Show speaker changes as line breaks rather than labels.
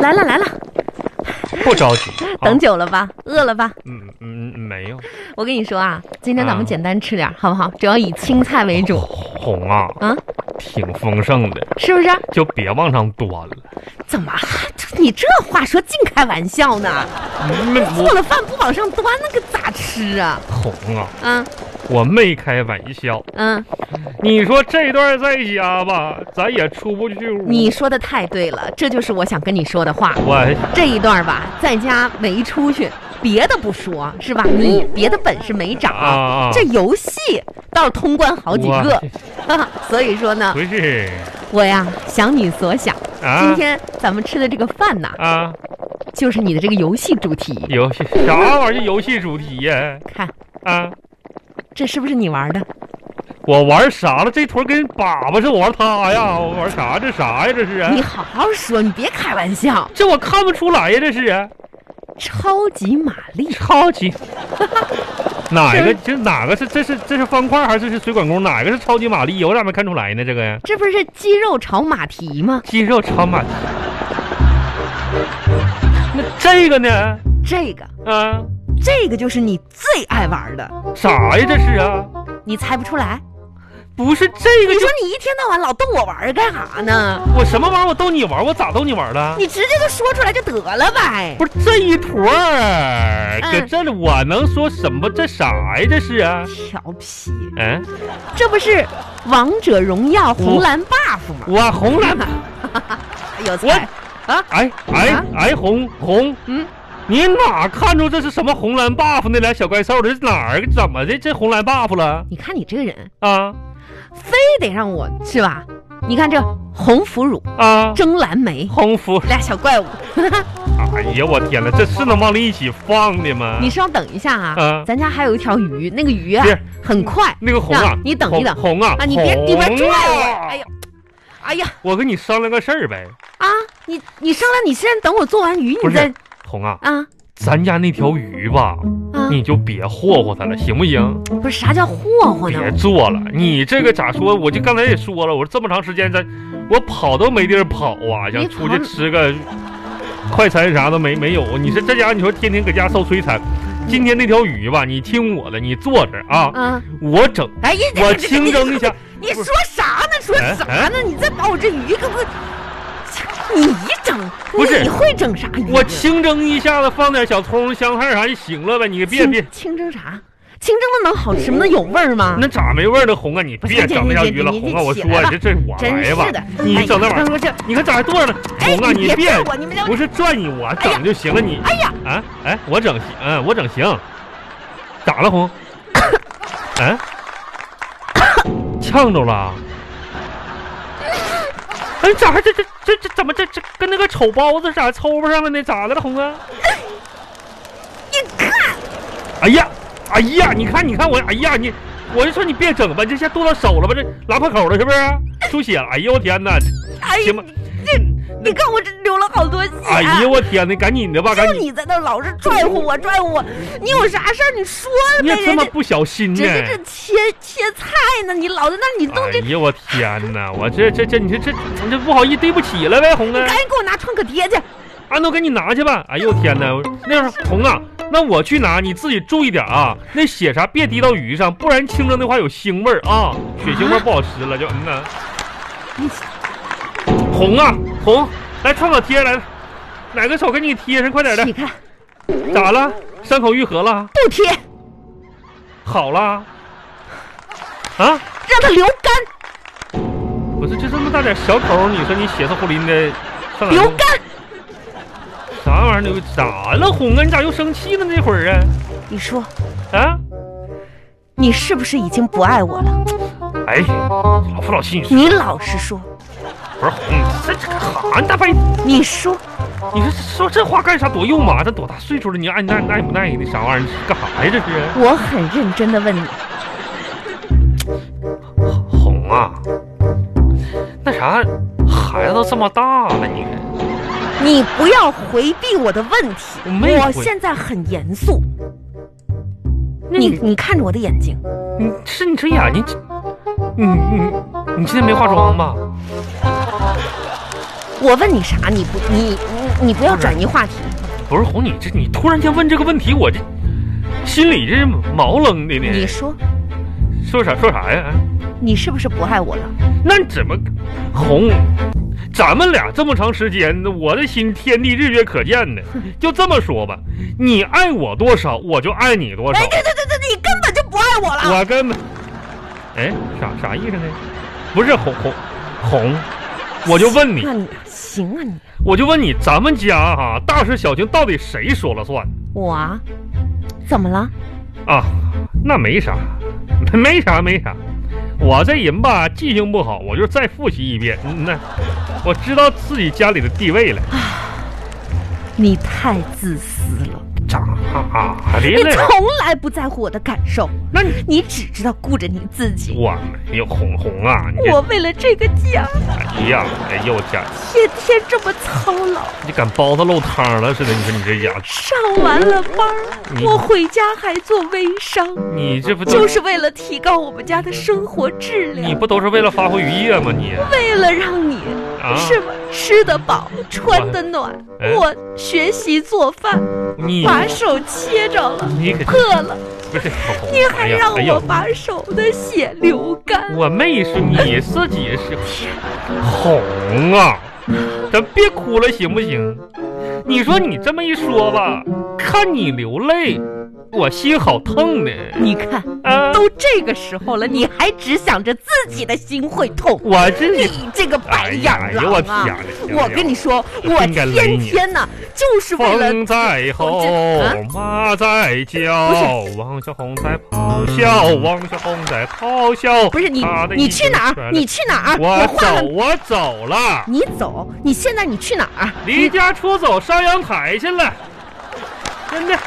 来了来了，
不着 急，好
等久了吧？饿了吧？
嗯嗯没有
我跟你说啊，今天咱们
啊
简单吃点儿，好不好？主要以青菜为主，
红啊，
嗯，
挺丰盛的，
是不是？
就别往上端了。
怎么还这你这话说尽开玩笑呢？
没
做了饭不往上端，那个咋吃啊？
红啊，
嗯
我没开玩笑。
嗯，
你说这段在家吧，咱也出不去屋。
你说的太对了，这就是我想跟你说的话。
我
这一段吧，在家没出去，别的不说，是吧？你别的本事没长，
啊啊
这游戏倒是通关好几个。 所以说呢
不，是
我呀想你所想，
啊，
今天咱们吃的这个饭呐，
啊
就是你的这个游戏主题。
游戏啥玩意儿？游戏主题呀？
看，
啊，
这是不是你玩的？
我玩啥了？这坨跟粑粑似的，我玩它呀？我玩啥？这啥呀？这是啊？
你好好说，你别开玩笑。
这我看不出来呀？这是啊？
超级玛丽，
超级，哪一
这
个这哪个是这是这是方块还是这是水管工？哪个是超级玛丽？我咋没看出来呢？这个
这不是鸡肉炒马蹄吗？
肌肉超满。那这个呢？
这个，
啊，
这个就是你最爱玩的，
啥呀？这是啊？
你猜不出来？
不是这个
你
就
说你一天到晚老逗我玩儿干啥呢？
我什么玩意儿？我逗你玩儿？我咋逗你玩儿了？
你直接就说出来就得了呗。
不是这一坨儿，
嗯
搁这里我能说什么？这啥呀？这是啊？
调皮，
嗯，
这不是王者荣耀红蓝 buff 吗？
我红蓝，
有才啊！
哎哎
啊
哎红红，
嗯，
你哪看出这是什么红蓝 buff 那俩小怪兽？这哪儿怎么的？这红蓝 buff 了
你看你这个人，
啊
非得让我是吧？你看这红腐乳、
啊！
蒸蓝莓
红服，
俩哦小怪物，
哎呀，我天呐，这是能往里一起放的吗？
你稍等一下啊
啊，
咱家还有一条鱼，那个鱼啊
是
很快
那个红啊
让，你等一等
红红啊，
啊，你别
红
你别拽我，
啊
哎呀，哎呀
我跟你商量个事儿呗，
啊！你你上来，你先等我做完鱼，
不
你
是
再
红啊，
啊
咱家那条鱼吧，
啊！
你就别霍霍它了，行不行？
不是啥叫霍霍呢？
别做了，你这个咋说？我就刚才也说了，我说这么长时间咱，我跑都没地儿跑啊，想
你
出
跑
去吃个快餐啥都没没有。你说这家你说天天搁家受摧残，今天那条鱼吧，你听我的，你坐这儿啊，
啊！
我整，
哎呀，
我清蒸一下。哎
你说啥呢？说啥呢？你再把我这鱼给我，你一整，
不是
你会整啥鱼？
我清蒸一下子，放点小葱、香菜啥就行了呗。你别
清
别，
清蒸啥？清蒸的能好吃吗？那有味儿吗？
那咋没味儿呢？红啊，你
嗯不是
别
这
整
这
那条
这
鱼了，
你你
红啊！我
起
说
来吧
这这我
真
来
是
吧，
的，
你整那玩意
哎呀
儿，
我这，
你看咋还坐着呢？
哎，
红啊，
你
你
别
别
拽我，你们这
不是转你我
哎哎呀
整就行了，你
哎呀，
啊哎，我整行，嗯，我整行，咋了红？ 嗯，呛着了。哎，咋还这这这这怎么这这跟那个丑包子咋抽不上了呢？咋的了，红啊？
你看，
哎呀，哎呀，你看你看我，哎呀你，我就说你别整吧，这下剁到手了吧？这拉破口了是不是？出血了！哎呦我天哪！
哎呀
行吧，
这你看我这流了好多血。啊
哎呀我天哪！赶紧的吧，赶
就
紧！
你在那老是拽乎我，拽乎我，你有啥事儿你说
你
呗，
也这
人
么
家
不小心呢？
人家这切切菜呢，你老在那儿你弄
哎
这
呀，我天哪！我这这这，你这这你这不好意思，对不起了呗，红
你
啊
赶！紧给我拿创可贴去。
安东，给你拿去吧。哎呦天哪！我那样红啊，那我去拿，你自己注意点啊。那血啥别滴到鱼上，不然清蒸的话有腥味儿啊，血腥味儿不好吃了。就嗯呐，
你
红啊红，来创可贴来，哪个手给你贴上，快点的
你。看，
咋了？伤口愈合了？
不贴，
好了？啊？
让它流干，
不是，就这么大点小口，你说你血色乎淋的，上哪
流
弄
干。
啥玩意儿？你咋了，红啊？你咋又生气了那会儿啊？
你说，
啊？
你是不是已经不爱我了？
哎，老夫老妻，你说
你老实说，
不是红，这这干啥呢？大半夜，
你说，
你说说这话干啥？多肉麻，这多大岁数了？你爱耐耐不耐的？啥玩意儿？你干啥呀？这是
我很认真的问你，
红啊？那啥，孩子都这么大了，你
你不要回避我的问题。
我没
我
回
现在很严肃，
那
你
你
你看着我的眼睛，
你是你这眼睛，这你你你今天没化妆吧？
我问你啥，你不你你你不要
不是
转移话题。
不是红，你这你突然间问这个问题，我这心里这毛愣的
你
呢。
说
说啥说啥呀？啊
你是不是不爱我了？
那怎么红？咱们俩这么长时间，我的心天地日月可见的。就这么说吧，你爱我多少，我就爱你多少
哎，。对对对对，你啊根本就不爱我了。
我根本，哎，啥啥意思呢？不是红红红，我就问你
那，你行啊你，
我就问你，咱们家哈、大事小情到底谁说了算
我啊，怎么了？
啊？那没啥， 没啥没啥。我这人吧，记性不好，我就再复习一遍。嗯那我知道自己家里的地位了。
你太自私了，
咋啊的
你
了？
从来不在乎我的感受，
那你
你只知道顾着你自己。
我没有红红啊！你
我为了这个家，
这一样，哎呦我天，
天天这么操劳，
你敢包子漏汤了似的？你说你这家伙，
上完了班儿，
你
我回家还做微商，
你这不都
就是为了提高我们家的生活质
你
量，
不都是为了发挥余业吗？你
为了让你
啊，
是吧，吃得饱，穿得暖，
哎
我学习做饭，
你
把手切着了，
你可
破了，
不是红红，
你
哎
还
呀
让我
哎呦，
把手的血流干。
我没说你自己是红啊，咱别哭了行不行？你说你这么一说吧，看你流泪，我心好疼呢
你看，
啊！
都这个时候了，你还只想着自己的心会痛，
我真是
你这个白眼
哎哎呀哎呀我
狼
天
啊
哪！
我跟你说，
我
我
真该勒
天
你
天呐，就是为了
风在吼
啊，
马在叫，王小红在咆哮，王小红在咆哮。
不是你
他的，
你
一
去哪
圈
儿？
儿
你去哪儿？
我
画
走，
了，
我走了，
你走，你现在你去哪儿？
离家出走上阳台去了，真的。